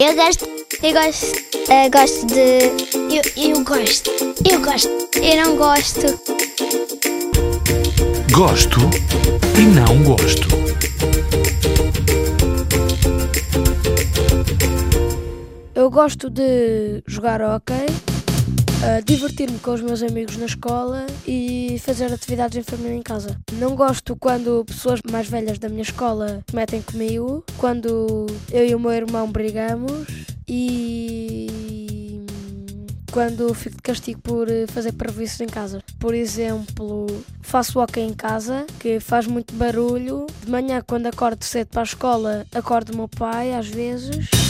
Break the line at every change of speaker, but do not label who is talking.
Eu gosto. Eu gosto. Eu gosto de. Eu, eu gosto. Eu gosto. Eu não gosto.
Gosto e não gosto.
Eu gosto de jogar hóquei, ah, divertir-me com os meus amigos na escola e fazer atividades em família em casa. Não gosto quando pessoas mais velhas da minha escola se metem comigo, quando eu e o meu irmão brigamos e quando fico de castigo por eh, fazer prejuízos em casa. Por exemplo, faço hockey em casa, que faz muito barulho. De manhã, quando acordo cedo para a escola, acordo o meu pai às vezes.